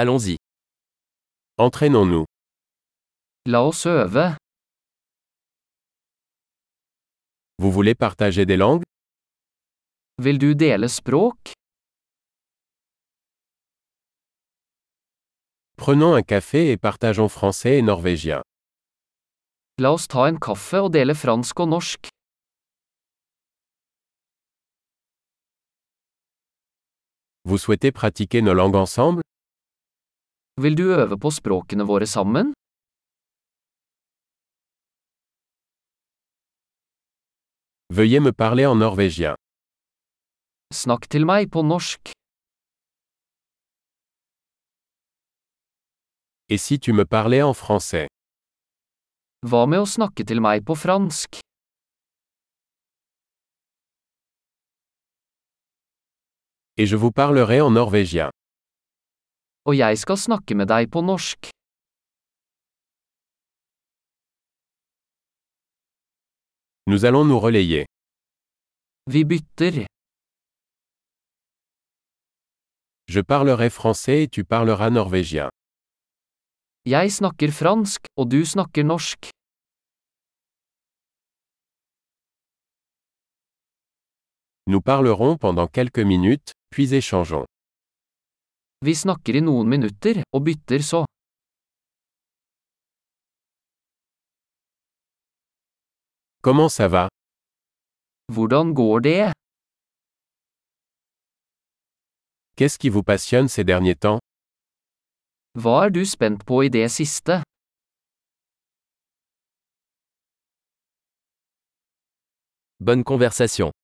Allons-y. Entraînons-nous. La oss øve. Vous voulez partager des langues Vil du dele språk? Prenons un café et partageons français et norvégien. La oss ta en kaffe og dele fransk og norsk. Vous souhaitez pratiquer nos langues ensemble Vil du øve på språkene våre sammen? Veuillez me parler en norvégien. Snakk til meg på norsk. Et si tu me parlais en français Hva med å snakke til meg på fransk? Et je vous parlerai en norvégien. Og jeg skal snakke med deg på norsk. Nous allons nous relayer. Vi bytter. Je parlerai français et tu parleras norvégien. Jeg snakker fransk, og du snakker norsk. Nous parlerons pendant quelques minutes, puis échangeons. Vi snakker i noen minutter, og bytter så. Comment ça va Hvordan går det? Qu'est-ce qui vous passionne ces derniers temps Hva er du spent på i det siste? Bonne conversation.